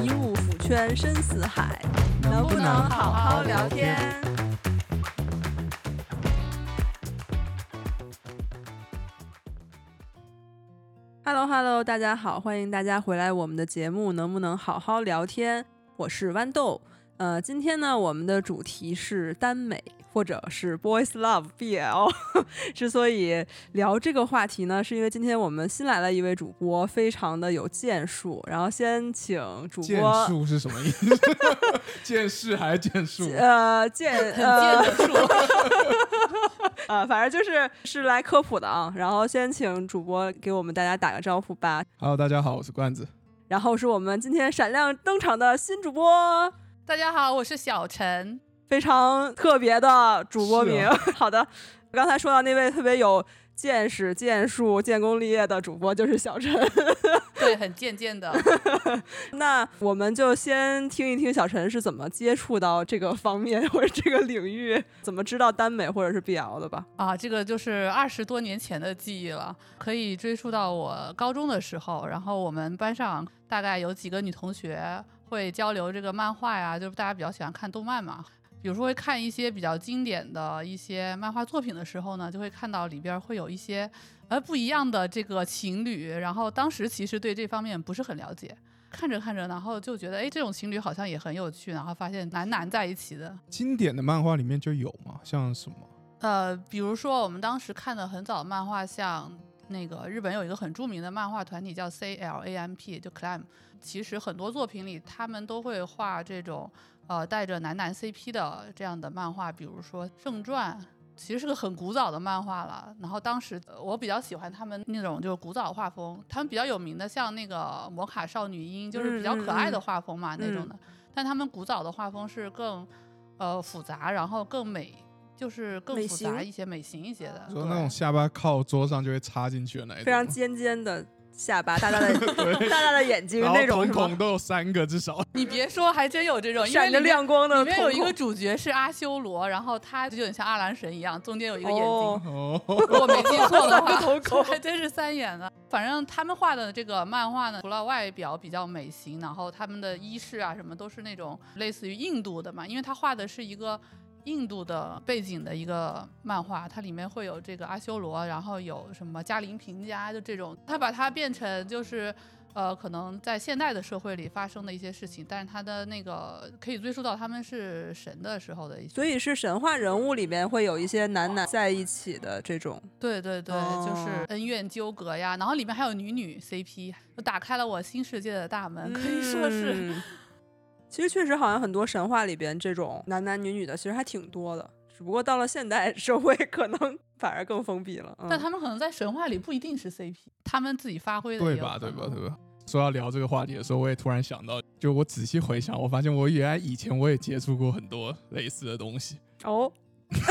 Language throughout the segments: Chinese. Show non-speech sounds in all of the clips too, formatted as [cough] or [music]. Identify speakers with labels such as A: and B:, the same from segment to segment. A: 一物抚圈深似海，
B: 能
A: 不
B: 不
A: 能
B: 能
A: 好
B: 好
A: 好
B: 好
A: 聊
B: 聊
A: 天
B: 天？
A: Hello Hello，大家好，欢迎大家回来我们的节目，能不能好好聊天？我是豌豆。呃，今天呢，我们的主题是耽美，或者是 boys love BL。之 [laughs] 所以聊这个话题呢，是因为今天我们新来了一位主播，非常的有建树。然后先请主
B: 剑
A: 播
B: 术是什么意思？ [laughs] 剑士还是剑术？
A: 呃，见呃
C: 很接着说，
A: 呃，反正就是是来科普的啊。然后先请主播给我们大家打个招呼吧。
B: Hello，大家好，我是罐子。
A: 然后是我们今天闪亮登场的新主播，
C: [laughs] 大家好，我是小陈，
A: 非常特别的主播名。
B: 是
A: [laughs] 好的，刚才说到那位特别有见识、建树、建功立业的主播就是小陈。
C: 对，很贱贱的。
A: 那我们就先听一听小陈是怎么接触到这个方面 [laughs] 或者这个领域，怎么知道耽美或者是 BL 的吧。
C: 啊，这个就是二十多年前的记忆了，可以追溯到我高中的时候。然后我们班上大概有几个女同学会交流这个漫画呀，就是大家比较喜欢看动漫嘛。比如说会看一些比较经典的一些漫画作品的时候呢，就会看到里边儿会有一些呃不一样的这个情侣。然后当时其实对这方面不是很了解，看着看着，然后就觉得哎这种情侣好像也很有趣，然后发现男男在一起的
B: 经典的漫画里面就有嘛，像什么
C: 呃，比如说我们当时看的很早的漫画，像那个日本有一个很著名的漫画团体叫 CLAMP，就 CLAM。其实很多作品里，他们都会画这种呃带着男男 CP 的这样的漫画，比如说《正传》。其实是个很古早的漫画了，然后当时呃我比较喜欢他们那种就是古早画风，他们比较有名的像那个魔卡少女樱，就是比较可爱
A: 嗯嗯
C: 的
A: 嗯
C: 画风嘛那种
A: 嗯
C: 的，但他们古早的画风是更呃复杂，然后更美，就是更
A: 美
C: 复杂
A: 型
C: 一些、美型一些的。
B: 说
C: 对
B: 那种下巴靠桌上就会插进去的那一种，
A: 呃非常尖尖的下巴，大大
B: [laughs]
A: 的大大的眼睛
B: 然后
A: 那种
B: 瞳
A: 是吗
B: 孔都有三个至
A: [laughs]
B: 少。
C: 你别说，还真有这种，因为
A: 闪着
C: 里面
A: 亮光的
C: 里面
A: 瞳
C: 有一个
A: 孔。
C: 主角是阿修罗，然后他就很像阿兰神一样，中间有一个眼睛。 [laughs]
A: 哦
B: 哦，
C: 如果没记错的
A: 三 [laughs]
C: 话
A: 个，瞳孔
C: 还真是三眼的。反正他们画的这个漫画呢，除了外表比较美型，然后他们的衣饰啊什么都是那种类似于印度的嘛，因为他画的是一个印度的背景的一个漫画，它里面会有这个阿修罗，然后有什么嘉陵平家，就这种，他把它变成就是。呃，可能在现代的社会里发生的一些事情，但是他的那个可以追溯到他们是神的时候的一些，
A: 所以是神话人物里面会有一些男男在一起的这种，
C: 对对对，就是
A: 哦
C: 恩怨纠葛呀，然后里面还有女女 CP，就打开了我新世界的大门，可以说是。
A: 嗯。其实确实好像很多神话里边这种男男女女的，其实还挺多的。只不过到了现代社会， [laughs] 可能反而更封闭了。嗯、
C: 但他们可能在神话里不一定是 CP，他们自己发挥的
B: 对
C: 也有
B: 吧？
C: 可
B: 对吧？
C: 能
B: 对吧？说要聊这个话题的时候，我也突然想到，就我仔细回想，我发现我原来以前我也接触过很多类似的东西。
A: 哦，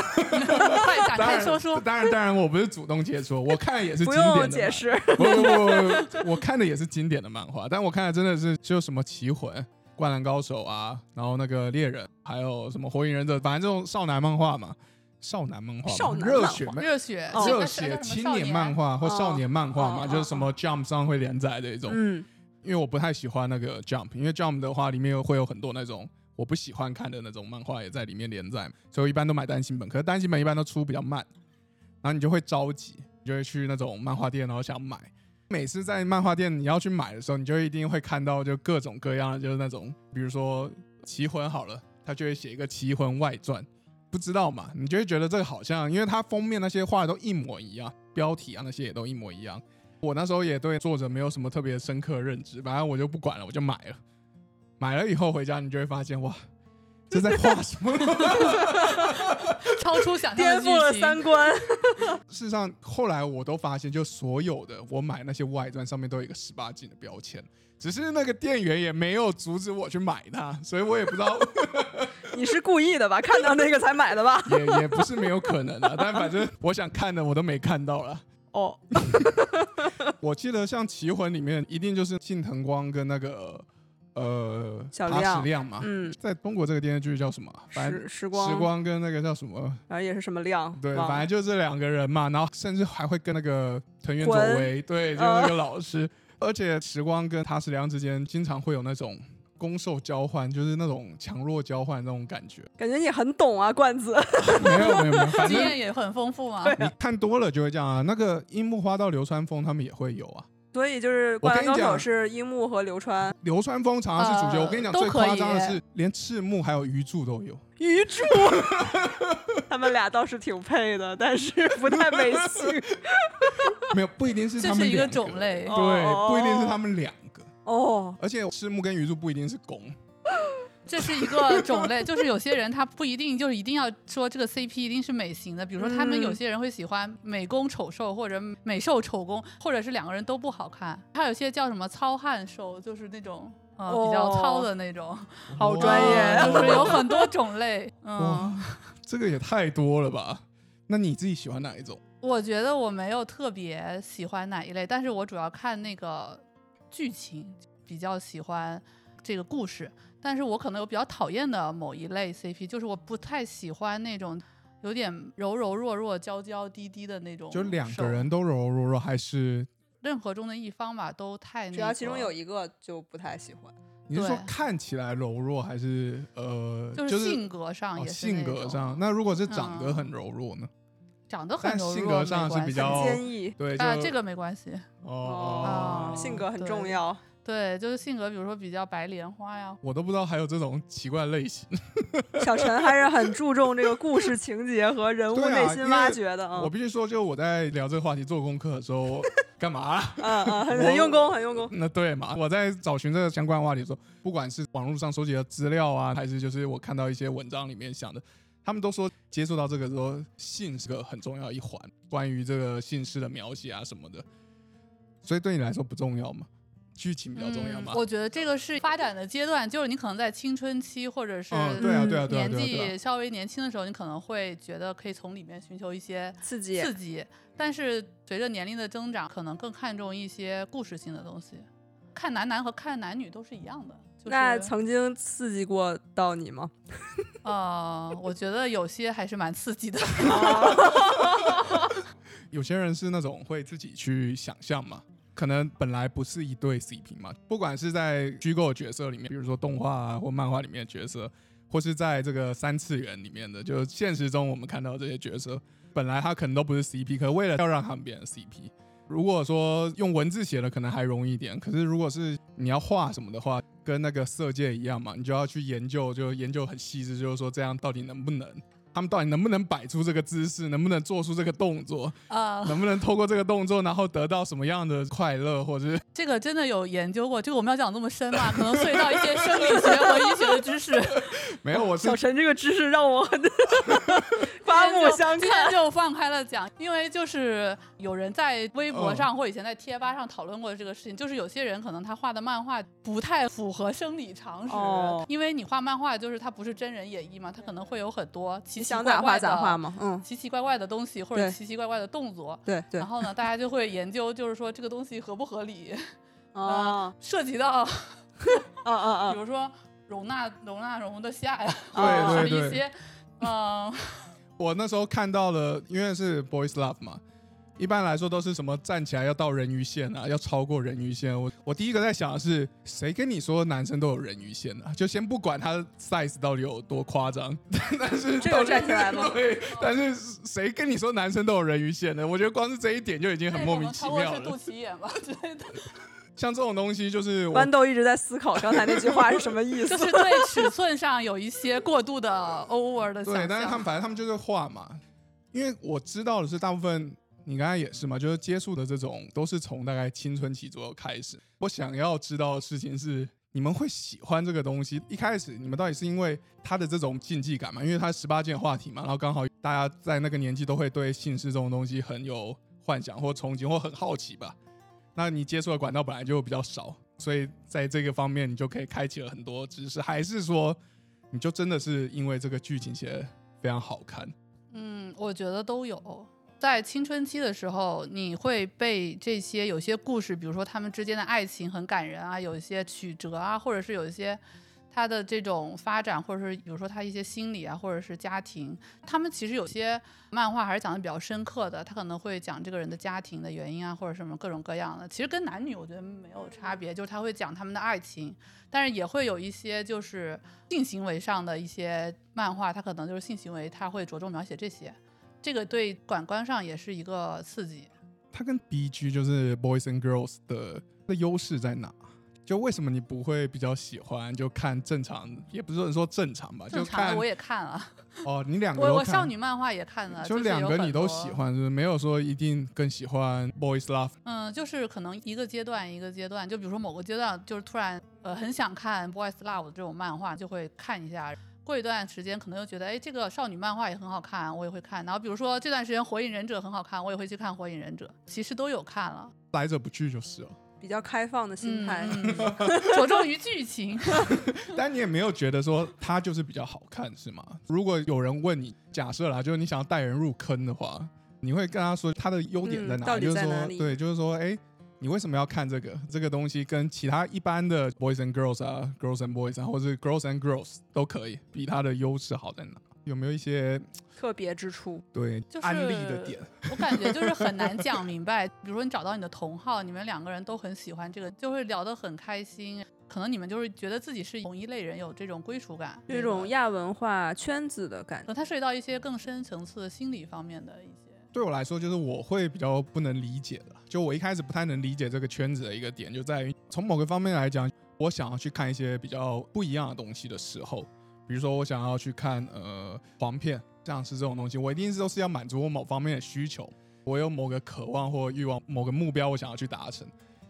C: 快
A: 啊
C: 展
B: 当
C: 开
B: 然
C: 说说。
B: 当然，当然，我不是主动接触，我看的也是
A: 不
B: 经典的
A: 用
B: 嘛
A: 解释。
B: [laughs] 不不不，我看的也是经典的漫画，但我看的真的是就什么《棋魂》《灌篮高手》啊，然后那个《猎人》，还有什么《火影忍者》，反正这种少男漫画嘛，少男漫画嘛，
A: 少男漫画
B: 热血漫。
C: 热血
A: 哦，
B: 热血青年漫
C: 画，
B: 画或少年漫画嘛，
A: 哦
B: 就是什么 Jump 上会连载的一种。
A: 嗯，
B: 因为我不太喜欢那个 Jump，因为 Jump 的话里面有会有很多那种我不喜欢看的那种漫画也在里面连载，所以我一般都买单行本。可是单行本一般都出比较慢，然后你就会着急，你就会去那种漫画店，然后想买。每次在漫画店你要去买的时候，你就一定会看到就各种各样的，就是那种比如说《棋魂》好了，他就会写一个《棋魂外传》，不知道嘛，你就会觉得这个好像，因为它封面那些画都一模一样，标题啊那些也都一模一样。我那时候也对作者没有什么特别深刻的认知，反正我就不管了，我就买了。买了以后回家，你就会发现哇，这在画什 [laughs] 么？
C: 超出想象
A: 颠
C: 的
A: 覆了
C: 剧情
A: 三观。 [laughs]
B: 事实上，后来我都发现，就所有的我买那些外传上面都有一个十八禁的标签，只是那个店员也没有阻止我去买它，所以我也不知道，
A: 你是故意的吧？看到那个才买的吧？
B: 也 [laughs] 也不是没有可能的，但反正我想看的我都没看到了。
A: 哦，
B: 我记得像《棋魂》里面一定就是近藤光跟那个呃
A: 小
B: 塔矢
A: 亮
B: 亮嘛，
A: 嗯，
B: 在中国这个电视剧叫什么啊？反正
A: 时时光，
B: 时，光跟那个叫什么？
A: 然后也是什么亮，
B: 对，
A: 忘了
B: 反正就这两个人嘛，然后甚至还会跟那个藤原佐
A: 魂
C: 呃
B: 为，对，就是那个老师，而且时光跟塔矢良之间经常会有那种攻受交换，就是那种强弱交换那种感觉。
A: 感觉你很懂啊，罐子。 [laughs]
B: 没有没有没有，反
C: 经 [laughs]
B: 正
C: 验也很丰富嘛。
B: 你看多了就会这样啊。那个樱木花道、流川枫他们也会有啊。
A: 所以就是《
B: 我
A: 灌
B: 跟
A: 篮
B: 你
A: 高手
B: 讲》
A: 是樱木和流川。
B: 流川枫常常是主角，
C: 呃
B: 我跟你讲
C: 都
B: 最
C: 可以
B: 夸张的是，连赤木还有鱼柱都有。
A: 鱼柱， [laughs] 他们俩倒是挺配的，但是不太美
B: [laughs]
A: 型。
B: 没有不一定是
C: 这
B: 他
C: 是
B: 们
C: 一
B: 两
C: 个
B: 个哦
C: 种，类，
B: 对，不一定是他们两个，
A: 哦，
B: 而且赤木跟鱼柱不一定是公，
C: 这是一个种
A: [laughs]
C: 类，就是有些人他不一定就是一定要说这个 CP 一定是美型的，比如说他们
A: 嗯
C: 有些人会喜欢美攻丑受，或者美受丑攻，或者是两个人都不好看。还有些叫什么糙汉受，就是那种呃比较糙的那种，
A: 哦好专业
C: 嗯就是有很多种类。嗯
B: 哇，这个也太多了吧？那你自己喜欢哪一种？
C: 我觉得我没有特别喜欢哪一类，但是我主要看那个剧情，比较喜欢这个故事。但是我可能有比较讨厌的某一类 CP，就是我不太喜欢那种有点柔柔弱弱、娇娇滴滴的那种手。
B: 就两个人都柔柔弱弱，还是
C: 任何中的一方吧，都太、那个。
A: 只要其中有一个就不太喜欢。
B: 你是说
C: 对
B: 看起来柔弱，还是呃，
C: 就
B: 就是
C: 性格上
B: 哦
C: 也是、嗯
B: 性格上？，那如果是长得很柔弱呢？
C: 长得很
B: 但
C: 柔弱，
B: 性格上是比较
C: 没关系
A: 坚毅
B: 对，就
C: 啊，这个没关系。
B: 哦
C: 哦，
A: 性格很
C: 对
A: 重要。
C: 对，就是性格，比如说比较白莲花呀，
B: 我都不知道还有这种奇怪类型。
A: 小陈还是很注重这个故事情节和人物
B: 对啊
A: 内心
B: 因为
A: 挖掘的
C: 哦
A: 啊
B: 我。必须说，就我在聊这个话题做功课的
C: [laughs]
B: 时候，干嘛啊？
A: 嗯嗯，很
B: 我
A: 很用功，很用功。
B: 那对嘛？我在找寻这个相关话题的时候，不管是网络上收集的资料啊，还是就是我看到一些文章里面想的，他们都说接触到这个时候，性是个很重要一环，关于这个姓氏的描写啊什么的。所以对你来说不重要吗？剧情比较重要吗
C: 嗯？我觉得这个是发展的阶段，就是你可能在青春期或者是
B: 嗯，对啊，对啊，对啊，
C: 年
B: 对啊，对啊
C: 纪稍微年轻的时候，你可能会觉得可以从里面寻求一些
A: 刺激
C: 刺激，但是随着年龄的增长，可能更看重一些故事性的东西。看男男和看男女都是一样的，就是、
A: 那曾经刺激过到你吗？
C: 呃，我觉得有些还是蛮刺激的。
B: 有些人是那种会自己去想象嘛，可能本来不是一对 CP 嘛，不管是在虚构的角色里面，比如说动画啊或漫画里面的角色，或是在这个三次元里面的，就是现实中我们看到这些角色，本来他可能都不是 CP，可为了要让他们变成 CP。如果说用文字写的可能还容易一点，可是如果是你要画什么的话，跟那个色戒一样嘛，你就要去研究，就研究很细致，就是说这样到底能不能，他们到底能不能摆出这个姿势，能不能做出这个动作，
A: [laughs]
C: 呃，
B: 能不能透过这个动作，然后得到什么样的快乐，或者是
C: 这个真的有研究过，这个我们要讲这么深嘛，可能涉及到一些生理学和医学的知识。
B: 没有？我是
A: 小陈这个知识让我 [laughs] 很刮目相
C: 今天
A: 看。
C: 就放开了讲，因为就是有人在微博上或以前在贴吧上讨论过这个事情，就是有些人可能他画的漫画不太符合生理常识，
A: 哦
C: 因为你画漫画就是它不是真人演绎嘛，它可能会有很多奇
A: 你
C: 奇
A: 想
C: 怪
A: 咋画
C: 怪
A: 咋画
C: 的、
A: 嘛，嗯，
C: 奇奇怪怪的东西或者
A: 对
C: 奇奇怪怪的动作。
A: 对对
C: 然，后呢，大家就会研究，就是说这个东西合不合理，
A: 啊
C: 涉及
B: [laughs]
C: 到
A: 啊啊
B: 嗯
C: 比如说容纳容纳容的下呀，
A: 啊
C: 或 [laughs] 者是
B: 对对
C: 一
B: 对，
C: 些嗯、
B: [laughs] 我那时候看到了，因为是 boys love 嘛，一般来说都是什么站起来要到人鱼线啊，要超过人鱼线。我我第一个在想的是，谁跟你说男生都有人鱼线啊？就先不管他 size 到底有多夸张， [laughs] 但是
A: 这有站起来吗
B: 对，但是谁跟你说男生都有人鱼线呢？我觉得光是这一点就已经很莫名其
A: 哎
C: 那
B: 妙
C: 种超过
B: 了。
C: 是肚脐眼吧之类的。
B: 像这种东西，就是
A: 啊！
B: 我
A: 豌豆一直在思考刚才那句话是什么
B: [laughs]
A: 意思
C: 就。是对尺寸上有一些过度的 over 的想
B: 对，
C: 象。
B: 但是他们反正他们就是画嘛，因为我知道的是，大部分你刚才也是嘛，就是接触的这种都是从大概青春期左右开始。我想要知道的事情是，你们会喜欢这个东西，一开始你们到底是因为它的这种禁忌感嘛？因为它十八件话题嘛，然后刚好大家在那个年纪都会对性事这种东西很有幻想或憧憬或很好奇吧。那你接触的管道本来就比较少，所以在这个方面你就可以开启了很多知识，还是说你就真的是因为这个剧情写的非常好看，
C: 嗯，我觉得都有。在青春期的时候，你会被这些有些故事，比如说他们之间的爱情很感人啊，有一些曲折啊，或者是有一些他的这种发展，或者是比如说他一些心理啊，或者是家庭，他们其实有些漫画还是讲的比较深刻的，他可能会讲这个人的家庭的原因啊，或者什么各种各样的。其实跟男女我觉得没有差别，就是他会讲他们的爱情，但是也会有一些就是性行为上的一些漫画，他可能就是性行为，他会着重描写这些，这个对感官上也是一个刺激。
B: 它跟 BG 就是 Boys and Girls 的的优势在哪？就为什么你不会比较喜欢就看正常，也不是说正常吧，
C: 正
B: 就
C: 常
B: 看
C: 的我也看了，
B: 哦，你两个
C: 我
B: 都
C: 我少
B: 看，
C: 女漫画也看了，
B: 就是两
C: 有
B: 个
C: 很
B: 你都
C: 多
B: 喜欢，就是没有说一定更喜欢 Boys Love
C: 嗯，就是可能一个阶段一个阶段，就比如说某个阶段，就是突然呃很想看《Boys Love》这种漫画，就会看一下。过一段时间，可能又觉得，哎，这个少女漫画也很好看，我也会看。然后比如说这段时间《火影忍者》很好看，我也会去看《火影忍者》。其实都有看了，
B: 来者不拒就是了。
A: 比较开放的心态。
C: 嗯嗯嗯 [laughs] 着重于剧情。
B: [laughs] 但你也没有觉得说它就是比较好看是吗？如果有人问你，假设啦，就是你想要带人入坑的话，你会跟他说它的优点在
A: 嗯
B: 哪？
A: 到底
B: 就是
A: 在哪
B: 说，
A: 里
B: 对，就是说，哎、你为什么要看这个？这个东西跟其他一般的 boys and girls 啊，girls and boys 啊，或是 girls and girls 都可以，比它的优势好在哪？有没有一些
A: 特别之处，
B: 对、
C: 就是
B: 安利的点？
C: 我感觉就是很难讲明白。比如说你找到你的同好，你们两个人都很喜欢这个，就会聊得很开心。可能你们就是觉得自己是同一类人，有这种归属感，
A: 有一
C: 这
A: 种
C: 个
A: 亚文化圈子的感觉。
C: 可能它涉及到一些更深层次的心理方面的一些。
B: 对我来说，就是我会比较不能理解的，就我一开始不太能理解这个圈子的一个点，就在于从某个方面来讲，我想要去看一些比较不一样的东西的时候，比如说我想要去看呃黄片、像是这种东西，我一定是都是要满足我某方面的需求，我有某个渴望或欲望、某个目标，我想要去达成。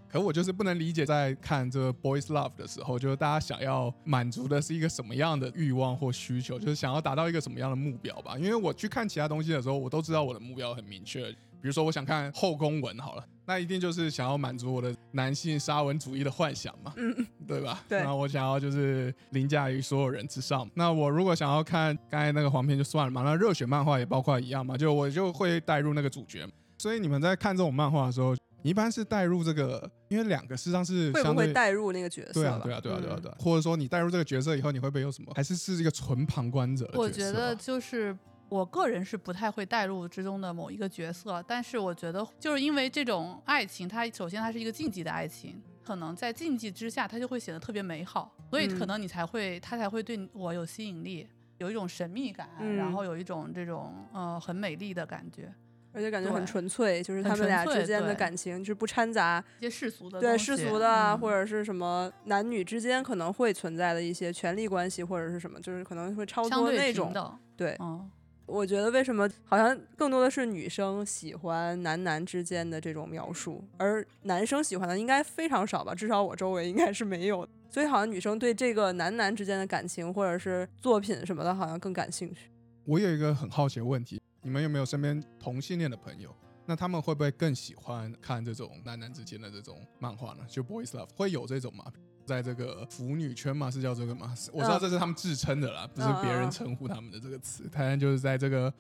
B: 可我就是不能理解，在看这个《Boys Love》的时候，就是大家想要满足的是一个什么样的欲望或需求，就是想要达到一个什么样的目标吧。因为我去看其他东西的时候，我都知道我的目标很明确。比如说，我想看后宫文好了，那一定就是想要满足我的男性沙文主义的幻想嘛，
A: 嗯，
B: 对吧？
A: 对
B: 那我想要就是凌驾于所有人之上。那我如果想要看刚才那个黄片就算了嘛，那热血漫画也包括一样嘛，就我就会带入那个主角。所以你们在看这种漫画的时候，你一般是带入这个，因为两个事实上是
A: 会
B: 相
A: 不会
B: 对。
A: 带入那个角色
B: 对
A: 吧
B: 啊，？对啊，对啊，对啊，
A: 嗯
B: 对啊，或者说你带入这个角色以后，你会不会有什么？还是是一个纯旁观者的角色吧？
C: 我觉得就是我个人是不太会带入之中的某一个角色，但是我觉得就是因为这种爱情，它首先它是一个禁忌的爱情，可能在禁忌之下，它就会显得特别美好，所以
A: 嗯
C: 可能你才会，它才会对我有吸引力，有一种神秘感，
A: 嗯
C: 然后有一种这种呃很美丽的感觉，
A: 嗯而且感觉很
C: 对
A: 纯粹，就是
C: 很
A: 他们
C: 纯
A: 俩
C: 粹
A: 之间的
C: 对
A: 感情就是不掺杂，
C: 一些世俗的
A: 对
C: 东
A: 世
C: 西
A: 俗的啊，
C: 嗯
A: 或者是什么男女之间可能会存在的一些权力关系，或者是什么，就是可能会超
C: 相
A: 脱
C: 对
A: 那
C: 平
A: 种。
C: 等，
A: 对，
C: 嗯。
A: 我觉得为什么好像更多的是女生喜欢男男之间的这种描述，而男生喜欢的应该非常少吧？至少我周围应该是没有的。所以好像女生对这个男男之间的感情或者是作品什么的，好像更感兴趣。
B: 我有一个很好奇的问题，你们有没有身边同性恋的朋友？那他们会不会更喜欢看这种男男之间的这种漫画呢？就 boys love 会有这种吗？在这个腐女圈嘛，是叫这个吗？是我知道这是他们自称的啦，不是别人称呼他们的这个词。当然就是在这个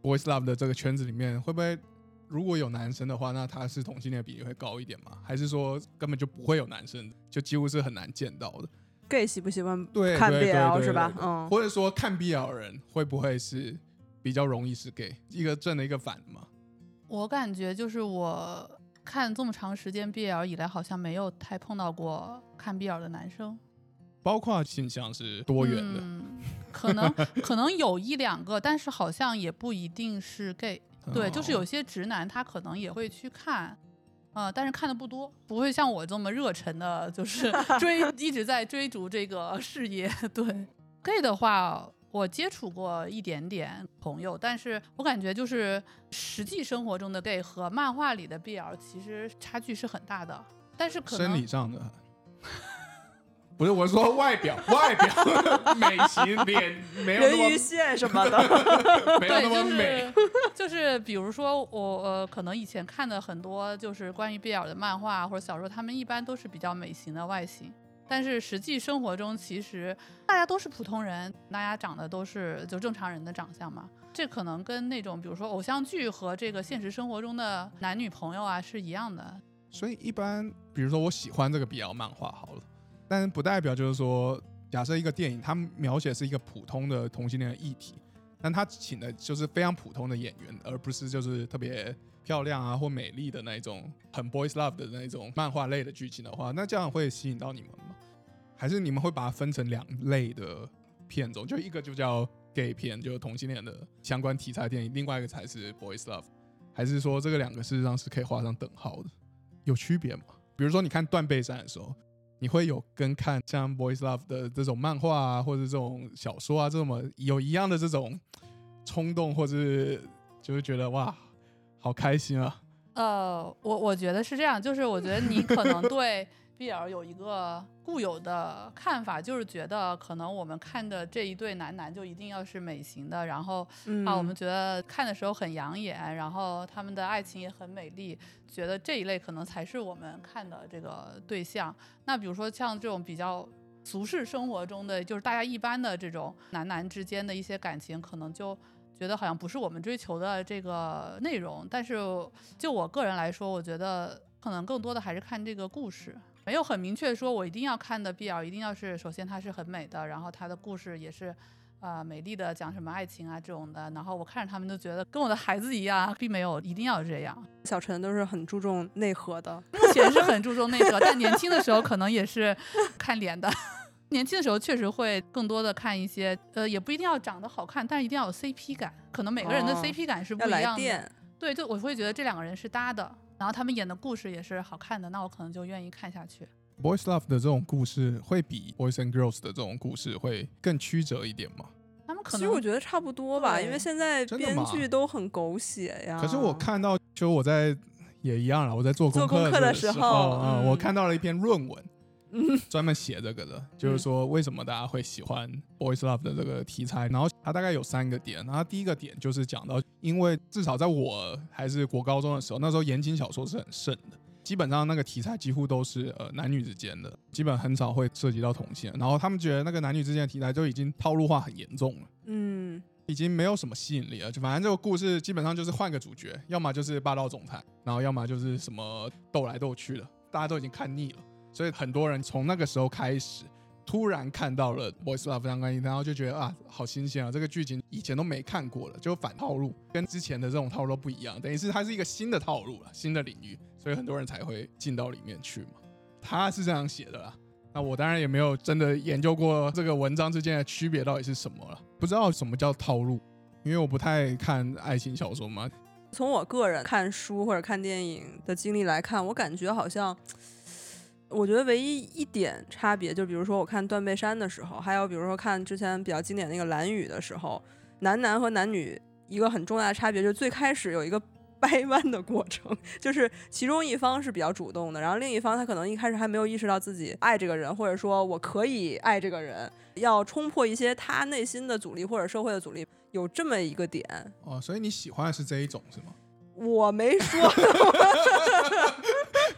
B: boys love 的这个圈子里面，会不会如果有男生的话，那他是同性恋比例会高一点吗？还是说根本就不会有男生，就几乎是很难见到的？
A: gay 喜不喜欢
B: 对
A: 看
B: 对对
A: BL
B: 对
A: 是吧
B: 对？对
A: 嗯，
B: 或者说看 BL 的人会不会是比较容易是 gay，一个正的一个反的嘛？
C: 我感觉就是我看这么长时间 BL 以来，好像没有太碰到过看 BL 的男生。
B: 包括性向是多元的，
C: 嗯、可能可能有一两个，但是好像也不一定是 gay。对，就是有
B: 哦
C: 些直男他可能也会去看。呃，但是看的不多，不会像我这么热忱的，就是追一直在追逐这个事业。 [laughs] 对，gay 的话，我接触过一点点朋友，但是我感觉就是实际生活中的 gay 和漫画里的 BL 其实差距是很大的。但是可能
B: 生理上的。 [laughs] 不是我是说外表，外表 [laughs] 美型脸没有那
A: 人鱼
B: 么
A: 线什么
B: [laughs]
A: 的，
B: 没有
C: 对，
B: 那么美，
C: [laughs] 就是就是，比如说我呃，可能以前看的很多就是关于贝尔的漫画或者小说，他们一般都是比较美型的外形，但是实际生活中其实大家都是普通人，大家长得都是就正常人的长相嘛。这可能跟那种比如说偶像剧和这个现实生活中的男女朋友啊是一样的。
B: 所以一般比如说我喜欢这个 BL 漫画好了，但不代表就是说假设一个电影，它描写是一个普通的同性恋的议题，但他请的就是非常普通的演员，而不是就是特别漂亮啊或美丽的那一种很 boys love 的那一种漫画类的剧情的话，那这样会吸引到你们吗？还是你们会把它分成两类的片种？就一个就叫 gay 片，就是同性恋的相关题材电影；另外一个才是 boys love。还是说这个两个事实上是可以画上等号的？有区别吗？比如说你看《断背山》的时候，你会有跟看像《Boys Love》的这种漫画啊，或者这种小说啊，这么有一样的这种冲动，或者是就是觉得哇，好开心啊！
C: 呃，我我觉得是这样，就是我觉得你可能对 BL 有一个固有的看法，就是觉得可能我们看的这一对男男就一定要是美型的，然后
A: 嗯
C: 啊，我们觉得看的时候很养眼，然后他们的爱情也很美丽，觉得这一类可能才是我们看的这个对象。那比如说像这种比较俗世生活中的，就是大家一般的这种男男之间的一些感情，可能就觉得好像不是我们追求的这个内容。但是就我个人来说，我觉得可能更多的还是看这个故事。没有很明确说，我一定要看的 BL 一定要是，首先它是很美的，然后它的故事也是啊、美丽的讲什么爱情啊这种的，然后我看着他们就觉得跟我的孩子一样，啊并没有一定要这样。
A: 小陈都是很注重内核的，
C: 目前是很注重那个，但年轻的时候可能也是看脸的。 [laughs] 年轻的时候确实会更多的看一些，呃，也不一定要长得好看，但一定要有 CP 感。可能每个人的
A: 哦
C: CP 感是不
A: 要
C: 一
A: 来
C: 样的。
A: 电。
C: 对，就我会觉得这两个人是搭的，然后他们演的故事也是好看的，那我可能就愿意看下去。
B: Boys Love 的这种故事会比 Boys and Girls 的这种故事会更曲折一点吗？
C: 他们可
A: 其
C: 能
A: 实我觉得差不多吧，
C: 对
A: 因为现在
B: 真的
A: 编
B: 吗
A: 剧都很狗血呀。
B: 可是我看到，就我在也一样了，我在做
A: 做功
B: 课
A: 课的时
B: 时
A: 候
B: 啊，
A: 嗯
B: 我看到了一篇论文，
A: 嗯
B: 专门写这个的，就是说为什么大家会喜欢 boys love 的这个题材。然后它大概有三个点，然后第一个点就是讲到，因为至少在我还是国高中的时候，那时候言情小说是很盛的。基本上那个题材几乎都是呃男女之间的，基本很少会涉及到同性。然后他们觉得那个男女之间的题材就已经套路化很严重了。
A: 嗯，
B: 已经没有什么吸引力了。就反正这个故事基本上就是换个主角，要么就是霸道总裁，然后要么就是什么斗来斗去的，大家都已经看腻了。所以很多人从那个时候开始，突然看到了《Boys Love》相关，然后就觉得啊，好新鲜啊！这个剧情以前都没看过了，就反套路，跟之前的这种套路不一样，等于是它是一个新的套路了，新的领域，所以很多人才会进到里面去嘛。他是这样写的啦。那我当然也没有真的研究过这个文章之间的区别到底是什么了，不知道什么叫套路，因为我不太看爱情小说嘛。
A: 从我个人看书或者看电影的经历来看，我感觉好像，我觉得唯一一点差别，就比如说我看《断背山》的时候，还有比如说看之前比较经典那个《蓝雨》的时候，男男和男女一个很重大的差别就是最开始有一个 [laughs] 掰弯的过程，就是其中一方是比较主动的，然后另一方他可能一开始还没有意识到自己爱这个人，或者说我可以爱这个人，要冲破一些他内心的阻力或者社会的阻力，有这么一个点，
B: 哦，所以你喜欢的是这一种是吗？ [laughs]
A: 我没说。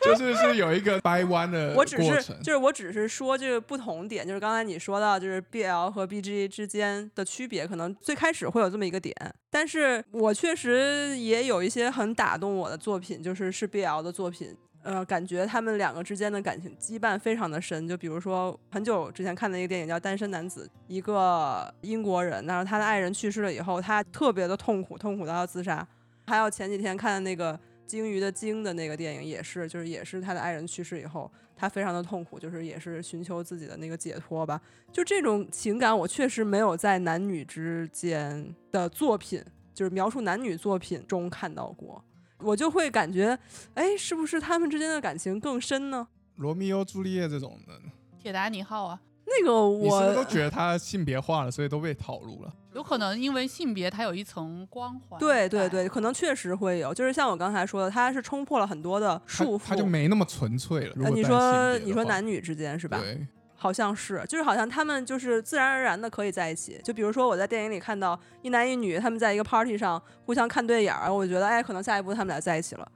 B: 就是是有一个掰弯的
A: 我只
B: 过
A: 是
B: 程
A: 就是我只是说这个不同点，就是刚才你说到就是 BL 和 BG 之间的区别，可能最开始会有这么一个点，但是我确实也有一些很打动我的作品，就是是 BL 的作品。呃，感觉他们两个之间的感情羁绊非常的深。就比如说，很久之前看的一个电影叫《单身男子》，一个英国人，然后他的爱人去世了以后，他特别的痛苦，痛苦到要自杀。还有前几天看的那个鲸鱼的鲸的那个电影，也是，就是也是他的爱人去世以后，他非常的痛苦，就是也是寻求自己的那个解脱吧。就这种情感，我确实没有在男女之间的作品，就是描述男女作品中看到过。我就会感觉，哎，是不是他们之间的感情更深呢？
B: 罗密欧朱丽叶这种的，
C: 铁达尼号啊，
A: 那个
B: 你是不是
A: 我
B: 都觉得它性别化了，所以都被套路了？
C: 有可能因为性别它有一层光环。
A: 对对对，，可能确实会有，就是像我刚才说的，他是冲破了很多的
B: 它
A: 束缚。
B: 它就没那么纯粹了。如
A: 呃
B: 果
A: 你
B: 带
A: 说
B: 性别的
A: 你说
B: 话
A: 男女之间是吧？
B: 对，
A: 好像是，就是好像他们就是自然而然的可以在一起。就比如说我在电影里看到一男一女，他们在一个 party 上互相看对眼儿，我觉得哎，可能下一步他们俩在一起了。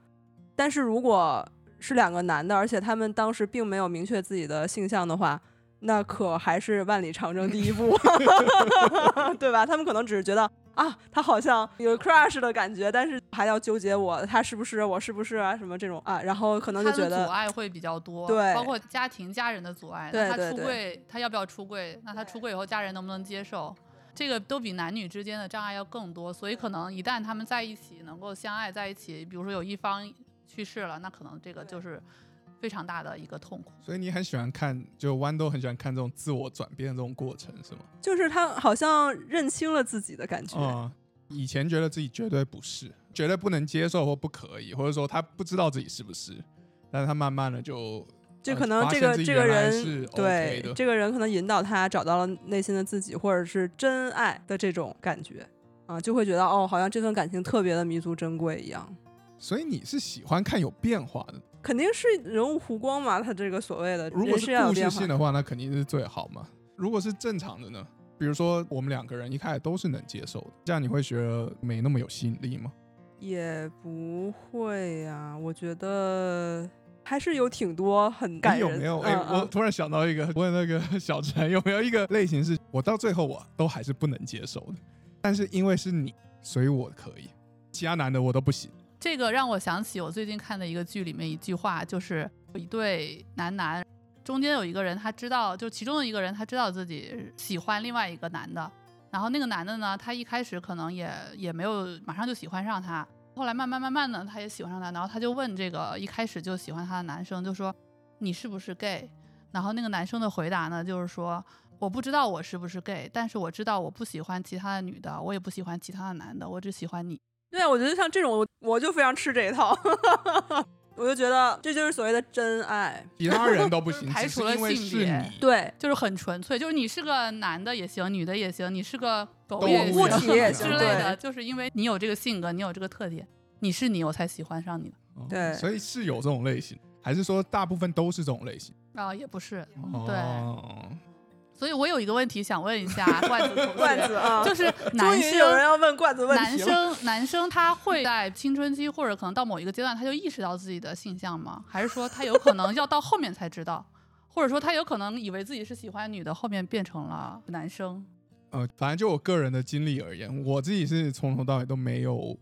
A: 但是如果是两个男的，而且他们当时并没有明确自己的性向的话，那可还是万里长征第一步， [laughs] 对吧？他们可能只是觉得啊，他好像有 crush 的感觉，但是还要纠结我他是不是我是不是啊什么这种啊，然后可能就
C: 他
A: 觉
C: 的阻
A: 得
C: 碍会比较多，
A: 对
C: 包括家庭、家人的阻碍。
A: 对
C: 那
A: 对
C: 他出
A: 对
C: 柜，他要不要出柜？那他出柜以后，家人能不能接受？这个都比男女之间的障碍要更多，所以可能一旦他们在一起能够相爱在一起，比如说有一方去世了，那可能这个就是非常大的一个痛苦。
B: 所以你很喜欢看，就豌豆很喜欢看这种自我转变的这种过程，是吗？
A: 就是他好像认清了自己的感觉。
B: 啊、以前觉得自己绝对不是，绝对不能接受或不可以，或者说他不知道自己是不是，但是他慢慢的就
A: 就
B: 呃
A: 可能
B: 发
A: 这
B: 现
A: 个
B: 自己
A: 这个
B: 原来
A: 人、
B: 是 OK
A: 对
B: 的
A: 这个人可能引导他找到了内心的自己，或者是真爱的这种感觉啊，就会觉得哦，好像这份感情特别的弥足珍贵一样。
B: 所以你是喜欢看有变化的。
A: 肯定是人物弧光嘛，他这个所谓的
B: 如果
A: 人呃
B: 是
A: 要有
B: 故事
A: 变化
B: 性的话，那肯定是最好嘛。如果是正常的呢？比如说我们两个人一开始都是能接受的，这样你会觉得没那么有吸引力吗？
A: 也不会啊，我觉得还是有挺多很
B: 哎，
A: 感人。
B: 有没有？哎、
A: 嗯
B: 我
A: 嗯
B: 突然想到一个， [laughs] 问那个小陈有没有一个类型是我到最后我都还是不能接受的，但是因为是你，所以我可以，其他男的我都不行。
C: 这个让我想起我最近看的一个剧里面一句话，就是一对男男中间有一个人，他知道，就其中的一个人他知道自己喜欢另外一个男的，然后那个男的呢，他一开始可能也也没有马上就喜欢上他，后来慢慢慢慢的他也喜欢上他，然后他就问这个一开始就喜欢他的男生，就说你是不是 gay？然后那个男生的回答呢，就是说我不知道我是不是 gay，但是我知道我不喜欢其他的女的，我也不喜欢其他的男的，我只喜欢你。
A: 对啊，我觉得像这种，我我就非常吃这一套， [laughs] 我就觉得这就是所谓的真爱。
B: 其他人都不
C: 就是
B: 行，
C: 排
B: 只
C: 除
B: 是
C: 了
B: 因为
C: 性
B: 是
C: 别
B: 你。
A: 对，
C: 就是很纯粹，就是你是个男的也行，女的也行，你是个狗
B: 动
C: 也
B: 物
A: 也
C: 行
A: 行对
C: 之类的，就是因为你有这个性格，你有这个特点，你是你，我才喜欢上你的
B: 哦
A: 对
B: 所以是有这种类型，还是说大部分都是这种类型？
C: 啊、也不是，对
B: 哦，
C: 所以我有一个问题想问
A: [laughs]
C: 一下罐子同学，
A: 罐子啊， [laughs]
C: 就是
A: 终
C: 男
A: 于有人
C: 生。
A: 要问罐子问
C: 男
A: 题了。
C: 生，男生他会在青春期或者可能到某一个阶段，他就意识到自己的性向吗？还是说他有可能要到后面才知道，或者说他有可能以为自己是喜欢女的，后面变成了男生？
B: 呃，反正就我个人的经历而言，我自己是从头到尾都没有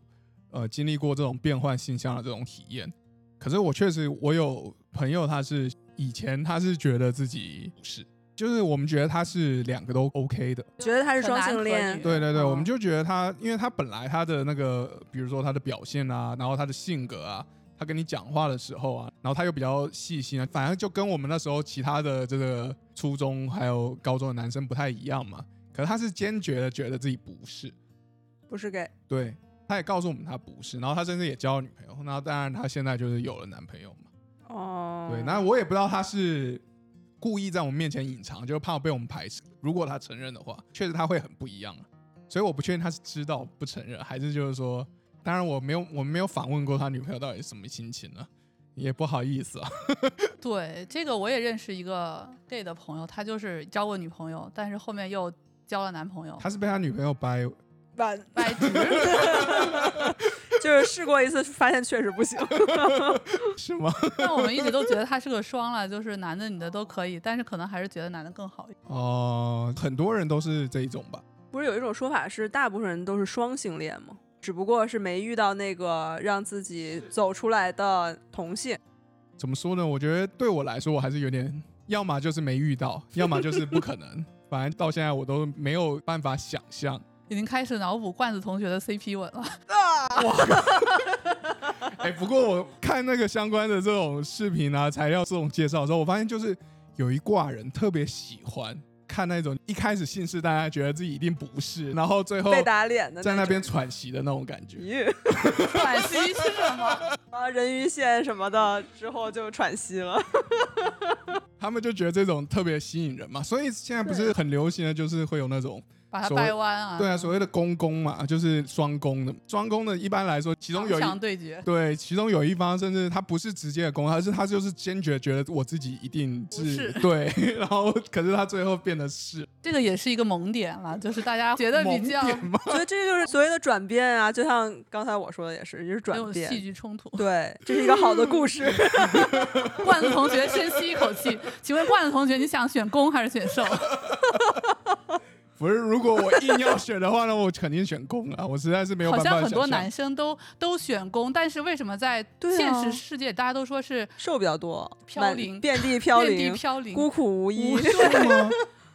B: 呃经历过这种变换性向的这种体验。可是我确实，我有朋友他是以前他是觉得自己不是，就是我们觉得他是两个都 OK 的，
A: 觉得他是
C: 可
A: 双
C: 男
A: 性
C: 可
A: 恋
C: 女，
B: 对对对，
C: 嗯
B: 我们就觉得他，因为他本来他的那个，比如说他的表现啊，然后他的性格啊，他跟你讲话的时候啊，然后他又比较细心啊，反正就跟我们那时候其他的这个初中还有高中的男生不太一样嘛。可是他是坚决的觉得自己不是，
A: 不是 gay。
B: 对，他也告诉我们他不是，然后他甚至也交了女朋友，那当然他现在就是有了男朋友嘛。
A: 哦，
B: 对，那我也不知道他是故意在我们面前隐藏，就是怕被我们排斥。如果他承认的话，确实他会很不一样啊所以我不确定他是知道不承认，还是就是说，当然我没有，我们没有访问过他女朋友到底是什么心情啊，也不好意思啊。 [laughs]
C: 对，这个我也认识一个 gay 的朋友，他就是交过女朋友，但是后面又交了男朋友。
B: 他是被他女朋友掰，
C: [laughs]
A: 晚
C: 掰直，
A: [laughs] 就是试过一次，发现确实不行。 [laughs]
B: 是吗？ [laughs]
C: 但我们一直都觉得他是个双了，就是男的女的都可以，但是可能还是觉得男的更好一点。
B: 哦、很多人都是这一种吧。
A: 不是有一种说法是，大部分人都是双性恋吗？只不过是没遇到那个让自己走出来的同性。
B: 怎么说呢？我觉得对我来说，我还是有点，要么就是没遇到，要么就是不可能。 [laughs] 反正到现在我都没有办法想象。
C: 已经开始脑补罐子同学的 CP 吻了。
B: 哦哎、不过我看那个相关的这种视频啊、材料这种介绍的时候，我发现就是有一挂人特别喜欢看那种一开始信誓旦旦觉得自己一定不是，然后最后 [laughs]
A: 被打脸的
B: 在那
A: 种
B: 边喘息的那种感觉。
A: 咦
C: 喘息是什么？
A: [laughs] 啊，人鱼线什么的，之后就喘息了。
C: [laughs]
B: 他们就觉得这种特别吸引人嘛，所以现在不是很流行的就是会有那种
C: 把他
B: 所谓
C: 掰弯啊！
B: 对啊，所谓的公公嘛，就是双公的。双公的一般来说，其中有
C: 强
B: 一
C: 强对决。
B: 对，其中有一方甚至他不是直接的攻，而是他就是坚决觉得我自己一定
C: 不是
B: 是对， [laughs] 然后可是他最后变
A: [laughs]
B: 得是
C: 这个也是一个萌点了，就是大家觉得
B: 萌
C: 比较
B: 点吗？
A: 所以这就是所谓的转变啊，就像刚才我说的也是，就是
C: 没
A: 转
C: 有戏
A: 变。
C: 剧冲突。
A: 对，这是一个好的故事。
C: 罐子同学深吸一口气，请问罐子同学，你想选攻还是选受？
B: 不是，如果我硬要选的话呢，我肯定选攻啊，我实在是没有
C: 好
B: 办法想
C: 像
B: 象。
C: 很多男生都都选攻，但是为什么在
A: 对
C: 现
A: 啊
C: 实世界大家都说是
A: 瘦比较多，
C: 飘
A: 满
C: 零
A: 遍
C: [laughs]
A: 地飘
C: 遍地
A: 零，
C: 飘零？
A: 孤苦无依 [laughs]
B: 不。是吗？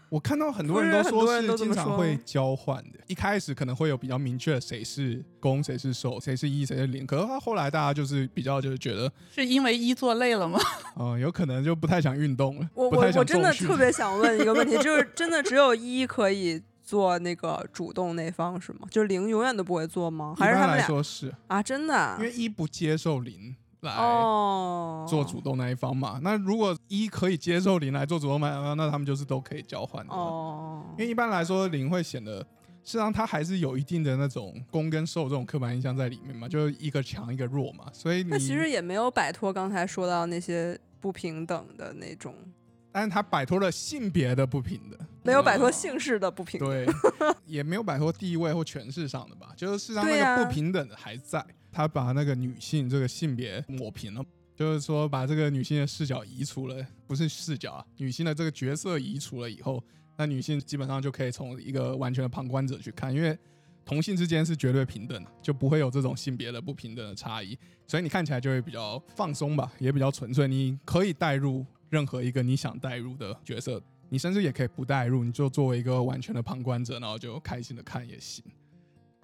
B: 我看到很多人
A: 不是
B: 都
A: 很多
B: 说
A: 人
B: 是
A: 都这
B: 经
A: 么
B: 常
A: 说
B: 会交换的，一开始可能会有比较明确的谁是攻谁是受谁是一谁是零，可是他后来大家就是比较就是觉得，
C: 是因为一做累了吗？ [laughs]
B: 嗯、有可能就不太想运动了，
A: 我
B: 不
A: 我
B: 太想
A: 我真的
B: 重训
A: 特别想问一个问题，就是 [laughs] 真的只有一可以做那个主动那方是吗？就是零永远都不会做吗？
B: 一
A: 还是他
B: 般
A: 们
B: 来
A: 俩
B: 说是
A: 啊？真的啊
B: 因为一不接受零来
A: 哦，
B: 做主动那一方嘛，那如果一可以接受零来做主动那一方，那他们就是都可以交换的嘛。
A: 哦
B: 因，为一般来说零会显得，事实际上它还是有一定的那种攻跟受这种刻板印象在里面嘛，就是一个强一个弱嘛，所以你
A: 那其实也没有摆脱刚才说到那些不平等的那种，
B: 嗯但是他摆脱了性别的不平等，
A: 没有摆脱姓氏的不平等。
B: 嗯对，也没有摆脱地位或权势上的吧，就是事实上
A: 对啊
B: 那
A: 呀
B: 个不平等的还在，他把那个女性这个性别抹平了。就是说，把这个女性的视角移除了，不是视角啊，女性的这个角色移除了以后，那女性基本上就可以从一个完全的旁观者去看，因为同性之间是绝对平等的，就不会有这种性别的不平等的差异，所以你看起来就会比较放松吧，也比较纯粹，你可以带入任何一个你想带入的角色，你甚至也可以不带入，你就作为一个完全的旁观者，然后就开心的看也行。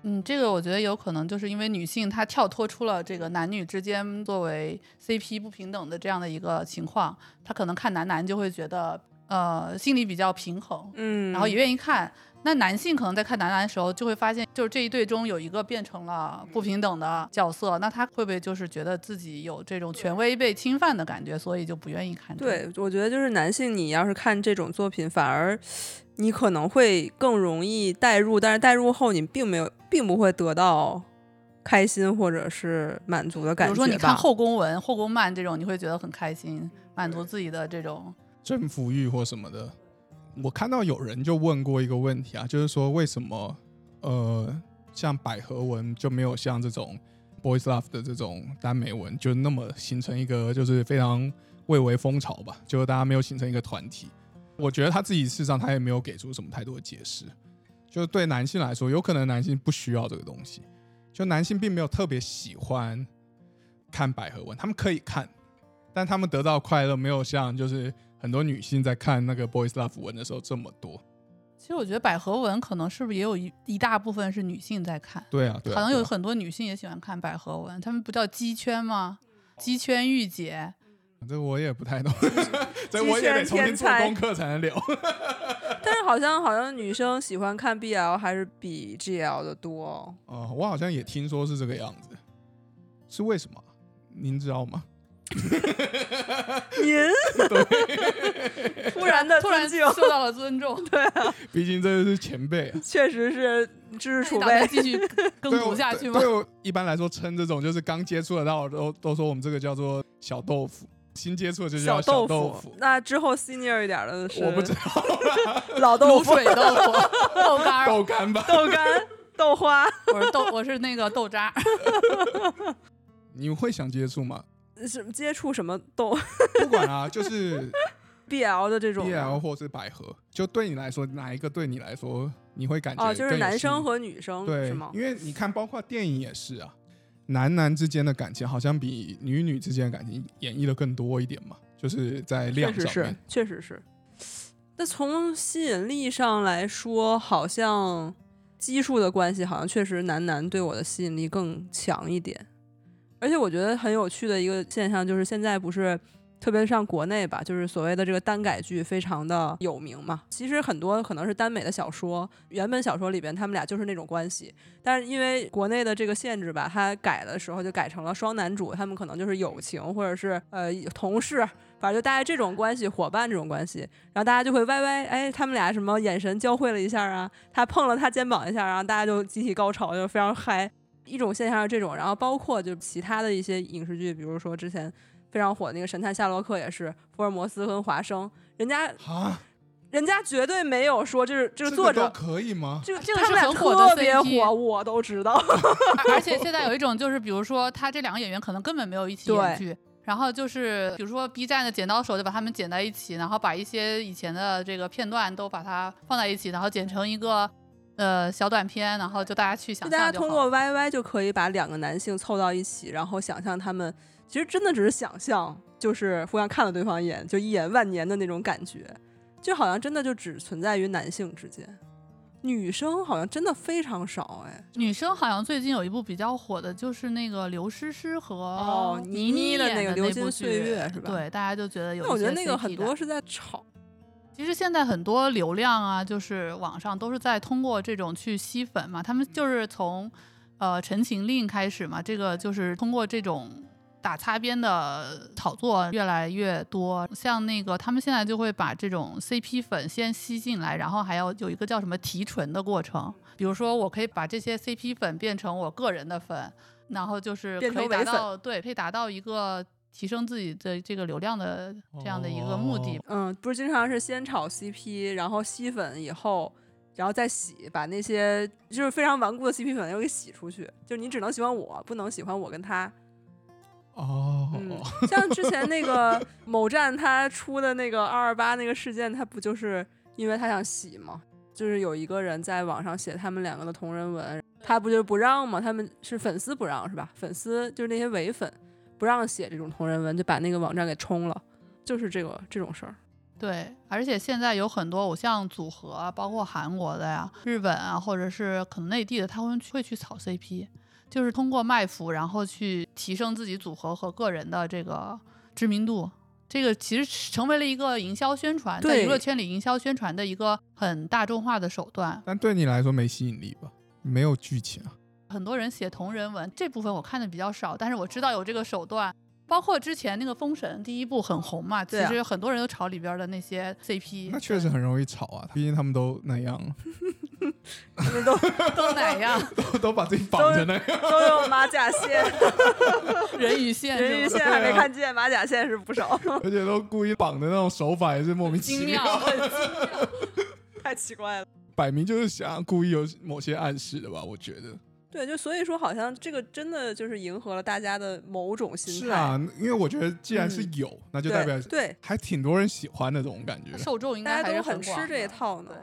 C: 嗯，这个我觉得有可能就是因为女性她跳脱出了这个男女之间作为 CP 不平等的这样的一个情况，她可能看男男就会觉得呃心里比较平衡，
A: 嗯，
C: 然后也愿意看。那男性可能在看男男的时候，就会发现，就是这一对中有一个变成了不平等的角色，那他会不会就是觉得自己有这种权威被侵犯的感觉，所以就不愿意看、这个？
A: 对，我觉得就是男性，你要是看这种作品，反而你可能会更容易代入，但是代入后你并没有，并不会得到开心或者是满足的
C: 比
A: 感觉吧。
C: 如说你看后宫文、后宫漫这种，你会觉得很开心，满足自己的这种
B: 征服欲或什么的。我看到有人就问过一个问题啊，就是说为什么呃，像百合文就没有像这种 boys love 的这种耽美文，就那么形成一个就是非常蔚为风潮吧，就是大家没有形成一个团体。我觉得他自己事实上他也没有给出什么太多的解释，就对男性来说，有可能男性不需要这个东西，就男性并没有特别喜欢看百合文，他们可以看，但他们得到快乐没有像就是很多女性在看那个 boys love 文的时候这么多。
C: 其实我觉得百合文可能是不是也有一一大部分是女性在看，
B: 对啊，对啊，
C: 好像有
B: 对啊
C: 很多女性也喜欢看百合文，她们不叫鸡圈吗？鸡圈御姐，
B: 啊这个我也不太 [laughs] 懂，这我也
A: 圈
B: 得重新
A: 天
B: 做
A: 才
B: 功课才能聊。
A: 但是好像好像女生喜欢看 BL 还是比 GL 的多
C: [laughs]
A: 哦。
B: [laughs] 哦，我好像也听说是这个样子，是为什么？啊您知道吗？
A: 您 [laughs] 突然的
C: 突然
A: 尊敬
C: 受到了尊重，
B: 毕竟这是前辈、啊。
A: 确实 [laughs] 是知识储
C: 那你打算
A: 备。
C: 继续
B: 对
C: 耕读
B: 我
C: 下去吗
B: 对？？对啊我一般来说称这种就是刚接触得到的都都说我们这个叫做小豆腐，新接触的就叫
A: 豆
B: 小豆
A: 腐，那之后 senior 一点的是
B: 我不知道
C: [laughs]
B: 啦，
A: 老豆
C: 卤
A: 腐、
C: 水豆腐、 [laughs] 豆干儿，
B: 豆干吧。
A: 豆干、豆花。
C: 我是豆，我是那个豆渣儿，
B: 你会想接触吗？
A: 什么接触什么豆 [laughs]
B: 不管啊，就是
A: BL 的这种
B: BL 或是百合，就对你来说，哪一个对你来说你会感觉
A: 哦，就是
B: 更有
A: 男
B: 吸
A: 生
B: 引
A: 和女生
B: 对
A: 是吗，？
B: 因为你看，包括电影也是啊，男男之间的感情好像比女女之间的感情演绎的更多一点嘛，就是在量
A: 确实
B: 上
A: 是
B: 面。，
A: 确实是。那从吸引力上来说，好像基数的关系，好像确实男男对我的吸引力更强一点。而且我觉得很有趣的一个现象就是，现在不是特别上国内吧，就是所谓的这个耽改剧非常的有名嘛。其实很多可能是耽美的小说，原本小说里边他们俩就是那种关系，但是因为国内的这个限制吧，它改的时候就改成了双男主，他们可能就是友情或者是呃同事，反正就大家这种关系，伙伴这种关系，然后大家就会歪歪，哎，他们俩什么眼神交汇了一下啊，他碰了他肩膀一下，然后大家就集体高潮，就非常嗨。一种现象是这种，然后包括就其他的一些影视剧，比如说之前非常火的那个《神探夏洛克》，也是福尔摩斯跟华生，人家
B: 啊，
A: 人家绝对没有说就是这
B: 这
A: 个作
B: 都
A: 者。
B: 可以吗？
A: 这个
C: 这个
A: 他
C: 是
A: 们俩
C: 很火的
A: 特别
C: CP
A: 火，我都知道。
C: [laughs] 而且现在有一种就是，比如说他这两个演员可能根本没有一起
A: 对
C: 演剧，然后就是，比如说 B 站的剪刀手就把它们剪在一起，然后把一些以前的这个片段都把它放在一起，然后剪成一个呃小短片，然后就大家去想
A: 就大家
C: 象就
A: 通
C: 好
A: 过
C: 了。
A: YY 就可以把两个男性凑到一起，然后想象他们其实真的只是想象，就是互相看了对方一眼，就一眼万年的那种感觉，就好像真的就只存在于男性之间，女生好像真的非常少哎。
C: 女生好像最近有一部比较火的，就是那个刘诗诗和
A: 哦倪
C: 倪
A: 妮的
C: 演
A: 那
C: 那
A: 个流金
C: 部
A: 岁
C: 剧
A: 月是吧
C: 对，大家就觉得有
A: 那
C: 一些 CP 感。
A: 我觉得那个很多是在吵，
C: 其实现在很多流量啊，就是网上都是在通过这种去吸粉嘛，他们
A: 嗯
C: 就是从呃《陈情令》开始嘛，这个就是通过这种打擦边的炒作越来越多。像那个他们现在就会把这种 CP 粉先吸进来，然后还要有一个叫什么提纯的过程，比如说我可以把这些 CP 粉变成我个人的粉，然后就是
A: 变
C: 可以
A: 成伪
C: 达
A: 粉
C: 到对，可以达到一个。提升自己的这个流量的这样的一个目的
B: 哦
A: 嗯，不是经常是先炒 CP，然后吸粉以后。然后再洗，把那些就是非常顽固的 CP 粉又给洗出去。就是你只能喜欢我，不能喜欢我跟他。
B: 哦，
A: 嗯，像之前那
B: [laughs]
A: 个某站他出的那个二二八那个事件，他不就是因为他想洗吗？就是有一个人在网上写他们两个的同人文，他不就是不让吗？他们是粉丝不让是吧？粉丝就是那些伪粉不让写这种同人文，就把那个网站给冲了，就是这个这种事儿。
C: 对，而且现在有很多偶像组合啊，包括韩国的呀、日本啊，或者是可能内地的，他会会去炒 CP，就是通过卖腐，然后去提升自己组合和个人的这个知名度。这个其实是成为了一个营销宣传，在
A: 对
C: 娱乐圈里营销宣传的一个很大众化的手段。
B: 但对你来说没吸引力吧？没有剧情啊。
C: 很多人写同人文这部分我看的比较少，但是我知道有这个手段。包括之前那个《封神》第一部很红嘛，其
A: 对啊
C: 实很多人都炒里边的那些
A: [laughs]
C: CP，
B: 那确实很容易吵啊，毕竟他们都那样，
A: 他们 [laughs] 都
C: 都哪
A: [laughs]
C: 样？
B: 都把自己绑着那样。
A: 都有马甲 [laughs] 线， [laughs]
C: 人鱼线是吗，
A: 人鱼线还没看见，马甲线是不少，
B: 而且都故意绑的那种手法也是莫名其
C: 精
B: 妙，
C: 妙。
A: 太奇怪了。
B: 摆明就是想故意有某些暗示的吧？我觉得
A: 对，就所以说，好像这个真的就是迎合了大家的某种心态。嗯
B: 是啊，因为我觉得既然是有，那就
A: 对，
B: 代表
A: 对，
B: 还挺多人喜欢的这种感觉。
C: 受众应
A: 大
C: 该
A: 家都
C: 还是
A: 很吃
C: 广的
A: 这一套呢
C: 对，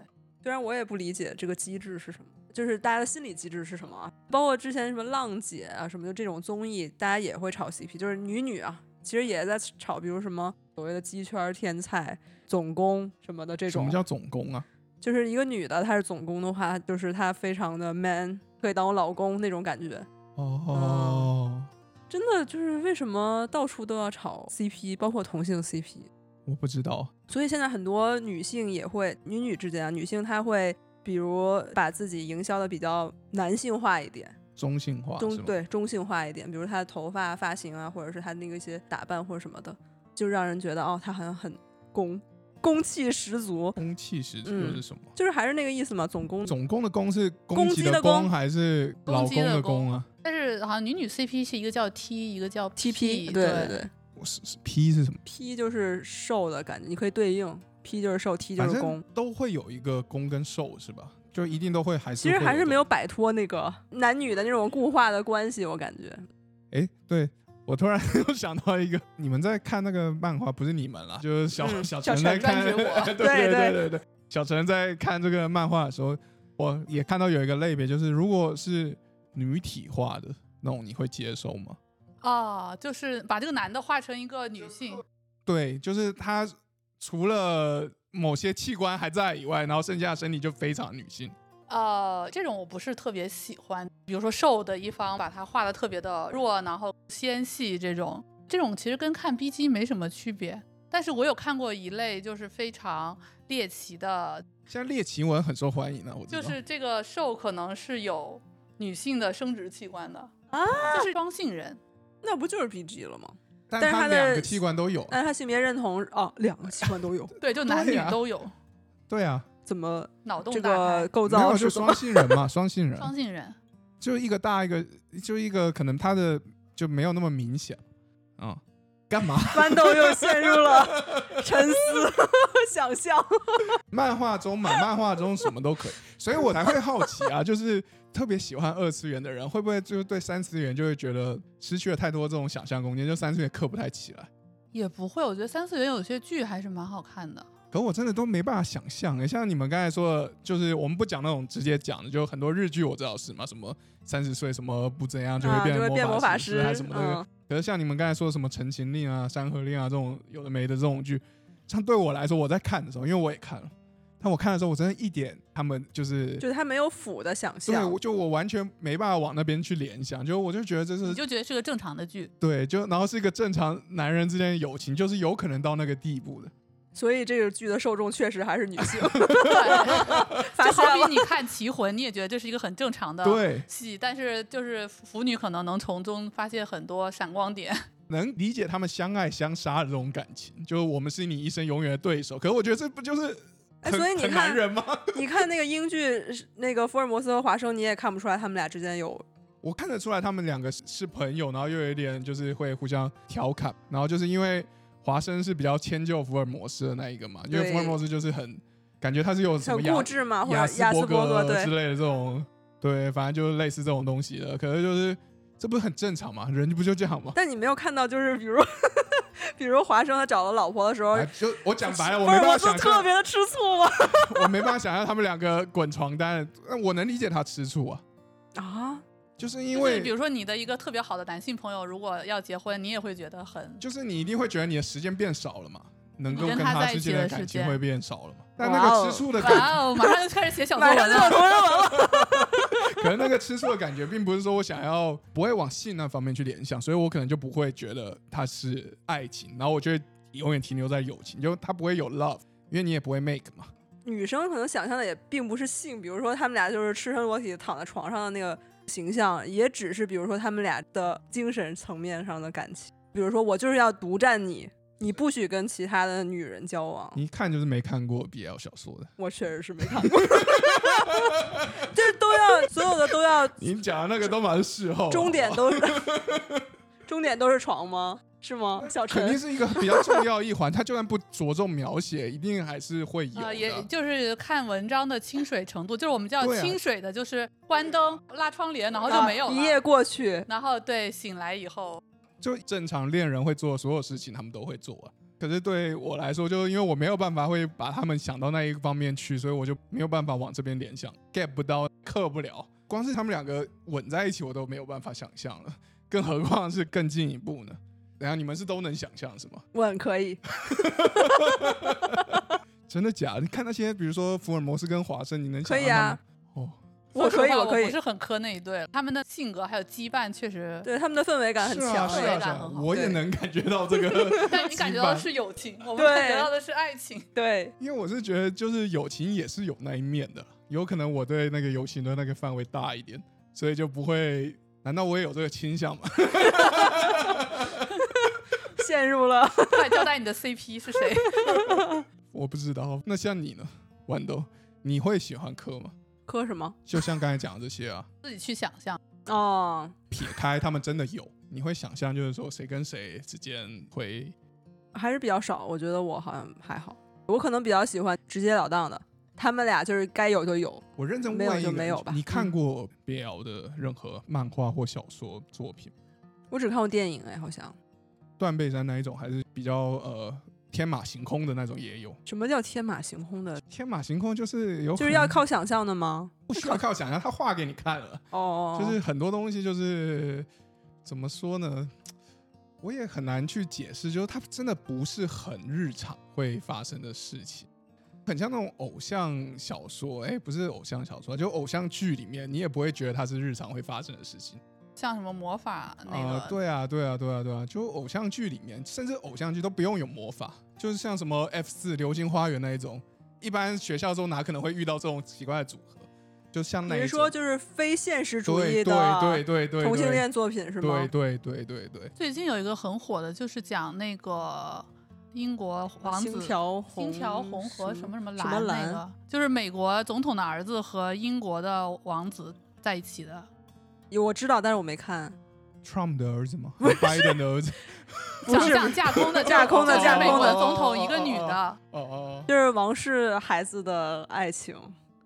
A: 虽然我也不理解这个机制是什么，就是大家的心理机制是什么啊？包括之前什么浪姐啊什么，就这种综艺，大家也会炒 CP，就是女女啊，其实也在炒，比如什么所谓的鸡圈天才、总攻什么的这
B: 什
A: 种
B: 么。叫总攻啊？
A: 就是一个女的，她是总攻的话，就是她非常的 man，可以当我老公那种感觉。嗯
B: 哦，
A: 真的就是为什么到处都要炒 CP，包括同性 CP。
B: 我不知道。
A: 所以现在很多女性也会，女女之间啊，女性她会比如把自己营销的比较男性化一点，
B: 中性化
A: 中
B: 是吗？
A: 对中性化一点，比如她的头发、发型啊，或者是她那个一些打扮或者什么的，就让人觉得哦，她好像很攻，攻气十足，
B: 攻气势又
A: 嗯
B: 是什么？
A: 就是还是那个意思嘛，总攻。
B: 总攻的攻是
A: 攻
B: 攻
A: 击
B: 击
A: 的
B: 的
A: 攻
B: 攻还是老
C: 攻击
B: 公
C: 的
B: 的
C: 攻
B: 攻啊
C: 但是好像女女 CP 是一个叫 T，一个叫
A: TP
C: 对
A: 对对
B: 我是是 P 是什么？
A: ，P 就是瘦的感觉，你可以对应 P 就是瘦，T 就
B: 反
A: 是
B: 正
A: 攻。
B: 都会有一个攻跟受是吧？就一定都会还是
A: 其实
B: 会
A: 还是
B: 这
A: 没有摆脱那个男女的那种固化的关系，我感觉。
B: 哎，对我突然 [laughs] 又想到一个，你们在看那个漫画，不是你们啦，就是小、
A: 嗯
B: 小
C: 小
B: 陈在
C: 陈专
B: 看，
C: 辑我
B: [laughs] 对
A: 对对
B: 对对对，小陈在看这个漫画的时候，我也看到有一个类别，就是如果是女体化的那种，你会接受吗？
C: 啊，就是把这个男的画成一个女性，
B: 对，就是她除了某些器官还在以外，然后剩下的身体就非常女性。
C: 呃，这种我不是特别喜欢。比如说瘦的一方把他画的特别的弱，然后纤细这种，这种其实跟看 B G 没什么区别。但是我有看过一类就是非常猎奇的
B: 现在猎奇文很受欢迎啊，我知
C: 就
B: 道。
C: 是这个兽可能是有女性的生殖器官的啊，就是双性人。
A: 那不就是 BG 了吗？
B: 但
A: 但是
B: 他
A: 他的
B: 两个器官都有啊，
A: 但是他性别认同哦，两个器官都有，
C: 对，就男
B: 对
C: 女
B: 呀
C: 都有，
B: 对啊，
A: 怎
C: [laughs]
A: 么
C: 脑洞
A: 这
C: 大开。
A: 个构
B: 没
A: 造
B: 有
A: 是怎
B: 就 [laughs] 双
A: 么？
B: 性人嘛，双性人，
C: 双性人，
B: 就一个大一个，就一个可能他的就没有那么明显啊、干嘛？
A: 豌豆又陷入了沉思想象。
B: [laughs] 漫画中 [laughs] 嘛，漫画中什么都可以，所以我才会好奇啊， [laughs] 就是特别喜欢二次元的人，会不会就对三次元就会觉得失去了太多这种想象空间，就三次元刻不太起来。
C: 也不会，我觉得三次元有些剧还是蛮好看的。
B: 可我真的都没办法想象欸，像你们刚才说的，就是我们不讲那种直接讲的，就很多日剧我知道是嘛，什么三十岁什么不怎 [laughs] 样就
A: 啊
B: 会
A: 就会变
B: 变
A: 魔法
B: 法
A: 师
B: 还是什么的。
A: 嗯
B: 可是像你们刚才说的什么《陈情令》啊、《山河令》啊这种有的没的这种剧，像对我来说，我在看的时候，因为我也看了，但我看的时候，我真的一点他们就是
A: 就是他没有腐的想
B: 对，
A: 象
B: 我，就我完全没办法往那边去联想，就我就觉得这
C: 你
B: 是
C: 就觉得是个正常
A: [laughs]
C: 的剧，
B: 对，就然后是一个正常男人之间的友情，就是有可能到那个地步的。
A: 所以这个剧的受众确实还是女
B: [laughs]
A: 性。
C: 对，
A: 发
C: 就好
A: 现了
C: 比你看《棋魂》，你也觉得这是一个很正常
A: 嗯
C: 的
B: 对，
C: 戏，但是就是腐女可能能从中发现很多闪光点。
B: 能理解他们相爱相杀的这种感情，就是我们是你一生永远的对手。可是我觉得这不就是
A: 哎
B: 很、
A: 所以你
B: 很
A: 看
B: 男人吗？
A: 你看那个英剧，是那个福尔摩斯和华生，你也看不出来他们俩之间有
B: 我看得出来他们两个是是朋友，然后又有一点就是会互相调侃，然后就是因为华生是比较迁就福尔摩斯的那一个嘛，因为
A: 对
B: 福尔摩斯就是很感觉他是有什么
A: 很
B: 亚
A: 固执嘛，或
B: 雅
A: 者
B: 斯
A: 亚斯
B: 伯
A: 伯格
B: 格
A: 对
B: 之。类的这种，对，反正就是类似这种东西的。可是就是这不是很正常吗？人不就这样吗？
A: 但你没有看到，就是比如， [laughs] 比如华生他找了老婆的时候
B: 哎，就我讲白了，我
A: 福
B: 没
A: 尔
B: 办
A: 摩
B: 法
A: 斯
B: 想
A: 特
B: 象，
A: 别的吃醋吗？
B: 我没办法想象他们两个滚床单。那我能理解他吃醋啊，
A: [laughs] 啊，
B: 就是因
C: 就是
B: 为
C: 比如说你的一个特别好的男性朋友，如果要结婚，你也会觉得很
B: 就是你一定会觉得你的时间变少了嘛，能够
C: 你跟
B: 跟
C: 他
B: 他
C: 在一
B: 之
C: 起
B: 间的
C: 的
B: 感
C: 时
B: 情
C: 间
B: 会变少了嘛。但
A: 哇
B: 那
A: 哦
B: 个吃醋的感，
C: [laughs] 哇哦，马上就开始写小作
A: 马上
C: 文
A: 就有
C: 了。
A: 同人文
C: [laughs]
A: 了。
B: 可能那个吃醋的感觉，并不是说我想要不会往性那方面去联想，所以我可能就不会觉得它是爱情，然后我就会永远停留在友情，就它不会有 love，因为你也不会 make 嘛。
A: 女生可能想象的也并不是性，比如说他们俩就是赤身裸体躺在床上的那个形象，也只是比如说他们俩的精神层面上的感情。比如说我就是要独占你，你不许跟其他的女人交往。
B: 你一看就是没看过 BL 小说的。
A: 我确实是没看过， [laughs] 就是都要所有的都要，
B: 你讲的那个都蛮事后，
A: 终点
B: 好吧
A: 都是 [laughs] 终点都是床吗？是吗，小
B: 肯定
A: 陈？
B: 是一个比较重要一环。它就算不着重描写，一定还是会有
C: 啊、
B: 的。
C: 也就是看文章的清水程度，就是我们叫
B: 对啊
C: 清水的，就是关灯、拉窗帘，然后就没有
A: 啊
C: 了。
A: 一夜过去，
C: 然后对，醒来以后，
B: 就正常恋人会做的所有事情，他们都会做啊。可是对我来说，就是因为我没有办法会把他们想到那一方面去，所以我就没有办法往这边联想，get 不到，克不了。光是他们两个吻在一起，我都没有办法想象了，更何况是更进一步呢？然后你们是都能想象是吗？
A: 我很可以。
B: 真的假的？你看那些，比如说福尔摩斯跟华生，你能想
A: 可以
B: 象
A: 啊
B: 他们吗？
A: 我
C: 说
A: 可以，
C: 实话
A: 我
C: 我
A: 可以
C: 不，是很磕那一对了，他们的性格还有羁绊确实，
A: 对他们的氛围
B: 哦，
A: 感很
B: 是啊
A: 强
B: 是
C: 氛
A: 烈
B: 啊
C: 围
B: 是
C: 感
B: 啊，
C: 很好
B: 我也
A: 对
B: 能感觉到这个
C: 但你感觉到的是友情，我们
A: 对
C: 感觉到的是爱情。
A: 对，
B: 因为我是觉得，就是友情也是有那一面的，有可能我对那个友情的那个范围大一点，所以就不会。难道我也有这个倾向吗？ [laughs]
A: 陷入了。
C: 快交代你的 CP 是谁？
B: 我不知道。那像你呢，豌豆，你会喜欢磕吗？
A: 磕什么？
B: 就像刚才讲的这些啊，
C: 自己去想象。
A: 哦，
B: 撇开他们真的有，你会想象就是说谁跟谁之间会
A: 还是比较少。我觉得我好像还好，我可能比较喜欢直截了当的。他们俩就是该有就有，
B: 我认真
A: 没有
B: 问一
A: 就
B: 个，
A: 没有吧
B: 你看
A: 嗯
B: 过 BL 的任何漫画或小说作品吗？
A: 我只看过电影哎，好像。
B: 断背山那一种还是比较呃天马行空的那种也有。
A: 什么叫天马行空的？
B: 天马行空就是有
A: 就是
B: 很
A: 要靠想象的吗？
B: 不需要靠想象，他画给你看了，
A: 哦，
B: 就是很多东西就是怎么说呢？我也很难去解释，就是它真的不是很日常会发生的事情，很像那种偶像小说，哎，不是偶像小说，就偶像剧里面，你也不会觉得它是日常会发生的事情。
C: 像什么魔法那个，
B: 啊，对啊，对啊，对啊，对啊，就偶像剧里面，甚至偶像剧都不用有魔法，就是像什么 F 四流星花园那一种，一般学校中哪可能会遇到这种奇怪的组合？就像那
A: 你
B: 一
A: 是
B: 种，
A: 说就是非现实主义
B: 对对
A: 的
B: 对对对，
A: 同性
B: 对
A: 恋作品是吗？
B: 对对对对对，
C: 最近有一个很火的，就是讲那个英国王
A: 星
C: 子
A: 条红，
C: 金条红和什么什
A: 什么
C: 么蓝那
A: 蓝，
C: 个，就是美国总统的儿子和英国的王子在一起的。
A: 有我知道，但是我没看。
B: ，Trump 的儿子吗？拜登的儿子，
C: 想想架空的
A: 架空的
C: 就是
A: 架
C: 美
A: 空
C: 国
A: 的
C: 总统一个女
B: 哦哦
C: 的，
B: [laughs] 哦哦，哦
A: 就是王氏孩子的爱情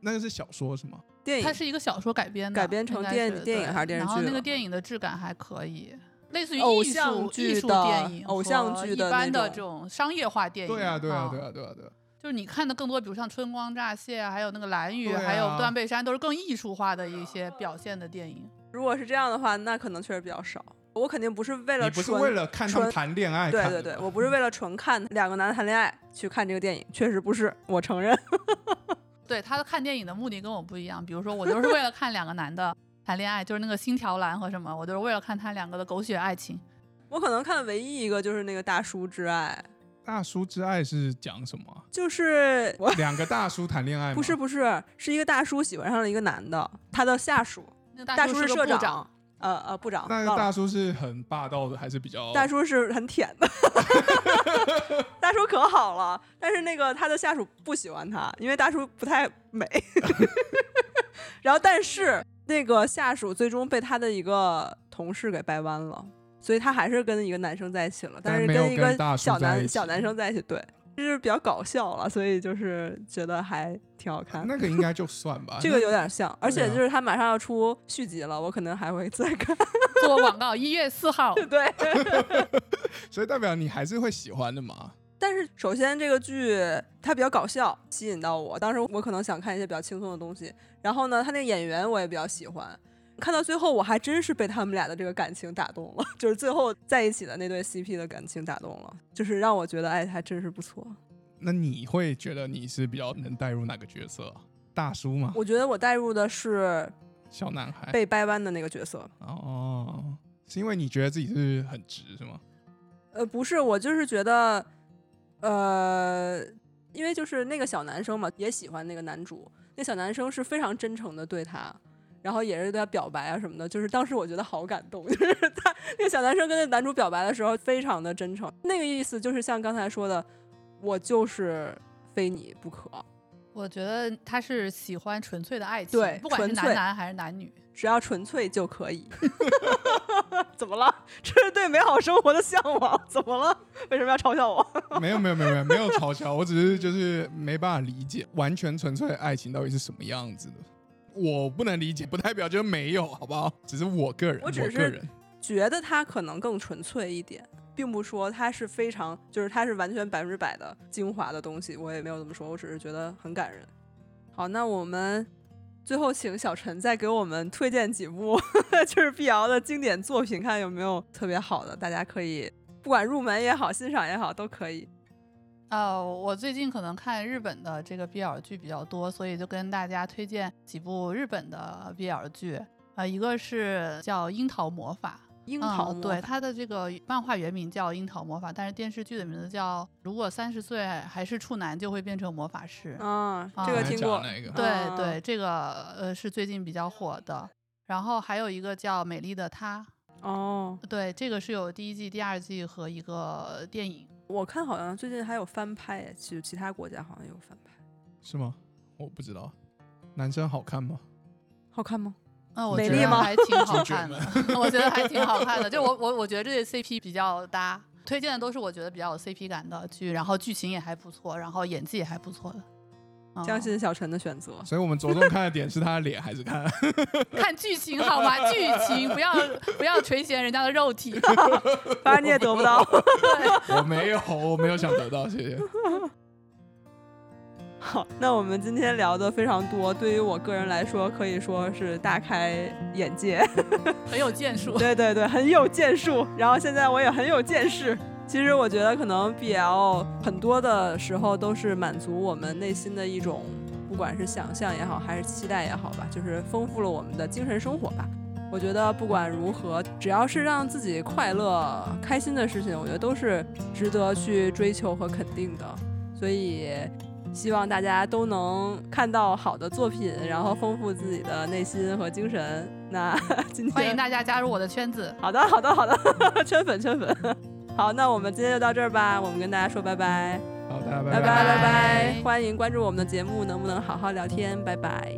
B: 那个是小说是吗？
A: 电
C: 它
A: 影，
C: 是一个小说改编的，
A: 改编成
C: 应该
A: 电
C: 是
A: 电影
C: 对
A: 还是电视
C: 然后
A: 剧
C: 那
A: 了
C: 个电影的质感还可以，类似于
A: 偶
C: 艺术
A: 像剧
C: 艺术
A: 的
C: 电影
A: 偶像
C: 和
A: 剧
C: 一
A: 的那
C: 般的
A: 种
C: 这种商业化
A: 哎
C: 电影。
B: 对啊，对
A: 哦
B: 啊，对
C: 啊，
B: 啊，对啊，对啊。
C: 就是你看的更多，比如像《春光乍泄》啊，还有那个《蓝雨》，
B: 对
C: 还有
B: 啊
C: 《断背山》，都是更艺术化的一些表现的电影。
A: 如果是这样的话，那可能确实比较少。我肯定不是为了
B: 你不是
A: 纯
B: 为了看他们
A: 纯
B: 谈恋爱
A: 对
B: 看
A: 对
B: 的
A: 对，
B: 吧
A: 我不是为了纯看两个男的谈恋爱去看这个电影，确实不是，我承认。 [laughs]
C: 对他看电影的目的跟我不一样，比如说我就是为了看两个男
A: [laughs]
C: 的谈恋爱，就是那个星条兰和什么，我就是为了看他两个的狗血爱情。
A: 我可能看唯一一个就是那个《大叔之爱
B: 大叔之爱是讲什么啊？》，
A: 就是我
B: 两个大叔谈恋爱吗？
A: 不是不是，是一个大叔喜欢上了一个男的，他的下属，
C: 那
A: 大
C: 大
A: 叔
C: 是
A: 社
C: 个部
A: 长，
C: 长，
A: 呃呃部长，
B: 那个
A: 忘了
B: 大叔是很霸道的，还是比较
A: 大叔是很舔
B: [laughs]
A: 的，大叔可好了，但是那个他的下属不喜欢他，因为大叔不太
B: [laughs]
A: 美。然后，但是那个下属最终被他的一个同事给掰弯了，所以他还是跟一个男生在一起了，但
B: 但
A: 是
B: 没有
A: 一
B: 跟
A: 个
B: 大叔
A: 小
B: 在
A: 男
B: 一
A: 小
B: 起
A: 男生在一起，对，就是比较搞笑了，所以就是觉得还挺好看。。
B: 那个应该就算吧
A: [laughs] 这个有点像，而且
B: 对啊
A: 就是他马上要出续集了，我可能还会再看。
C: 做广告，一月四
A: [laughs]
C: 号。
A: 对，
B: 所以代表你还是会喜欢的嘛？
A: 但是首先这个剧它比较搞笑，吸引到我。当时我可能想看一些比较轻松的东西，然后呢，他那个演员我也比较喜欢。看到最后，我还真是被他们俩的这个感情打动了， [laughs] 就是最后在一起的那对 CP 的感情打动了，就是让我觉得，哎，还真是不错。
B: 那你会觉得你是比较能带入哪个角色啊？大叔嘛，
A: 我觉得我带入的是
B: 小男孩。
A: 被掰弯的那个角色，
B: 哦，是因为你觉得自己是很直是吗？
A: 呃，不是，我就是觉得，呃，因为就是那个小男生嘛，也喜欢那个男主，那小男生是非常真诚的对他，然后也是对他表白啊什么的，就是当时我觉得好感动， [laughs] 就是他那个小男生跟那男主表白的时候非常的真诚，那个意思就是像刚才说的，我就是非你不可，
C: 我觉得他是喜欢纯粹的爱情，
A: 对
C: 不管是
A: 纯
C: 男
A: 粹
C: 男还是男女。
A: 只要纯粹就可以。 [laughs] 怎么了？ [laughs] 这是对美好生活的向往？怎么了？为什么要嘲笑我？
B: 没有没有没有没有没有嘲笑，我只是就是没办法理解完全纯粹的爱情到底是什么样子的。我不能理解，不代表就没有，好不好？只是我个人，
A: 我
B: 我
A: 只是
B: 个人
A: 觉得他可能更纯粹一点，并不说他是非常，就是他是完全百分之百的精华的东西，我也没有这么说，我只是觉得很感人。好，那我们最后请小陈再给我们推荐几部 [laughs] 就是碧瑶的经典作品，看有没有特别好的，大家可以不管入门也好，欣赏也好都可以。
C: 呃，我最近可能看日本的这个 BL 剧比较多，所以就跟大家推荐几部日本的 BL 剧。呃，一个是叫《樱桃魔法》，
A: 樱桃
C: 嗯、
A: 魔
C: 对
A: 法
C: 它的这个漫画原名叫《樱桃魔法》，但是电视剧的名字叫《如果三十岁还是处男就会变成魔法师》。
A: 啊，这
C: 啊
A: 个
B: 你
A: 听
B: 讲
A: 过，
B: 那个
C: 对
A: 啊
C: 对，这个呃是最近比较火的。然后还有一个叫《美丽的她》，
A: 哦，
C: 对，这个是有第一季、第二季和一个电影。
A: 我看好像最近还有翻拍，其实其他国家好像有翻拍，
B: 是吗？我不知道，男生好看吗？
A: 好看吗？
C: 嗯，我
A: 美
C: 觉
A: 丽
C: 得
A: 吗
C: 还挺好
B: 主角
C: 看的
B: 们，
C: 我觉得还挺
A: [laughs]
C: 好看的。就我我我觉得这些 CP 比较搭，推荐的都是我觉得比较有 CP 感的剧，然后剧情也还不错，然后演技也还不错的。嗯
A: 相信小陈的选择。
B: [laughs] 所以我们着重看的点是他的脸，还是看？
C: 看剧情好吗？剧情不要不要垂涎人家的肉体。 [laughs]
A: 反正你也得不到。
B: 我没有，我没有想得到，谢谢。
A: 好，那我们今天聊的非常多，对于我个人来说，可以说是大开眼界。
C: 很有建树。
A: 对对对，很有建树。然后现在我也很有见识。其实我觉得，可能 BL 很多的时候都是满足我们内心的一种，不管是想象也好，还是期待也好吧，就是丰富了我们的精神生活吧。我觉得不管如何，只要是让自己快乐、开心的事情，我觉得都是值得去追求和肯定的。所以，希望大家都能看到好的作品，然后丰富自己的内心和精神。那 [laughs] 今天
C: 欢迎大家加入我的圈子，
A: 好的，好的，好的， [laughs] 圈粉，圈粉。好，那我们今天就到这儿吧，我们跟大家说拜拜，
B: 好，大家
A: 拜
B: 拜
A: 拜
C: 拜
A: 拜，欢迎关注我们的节目，能不能好好聊天？拜拜。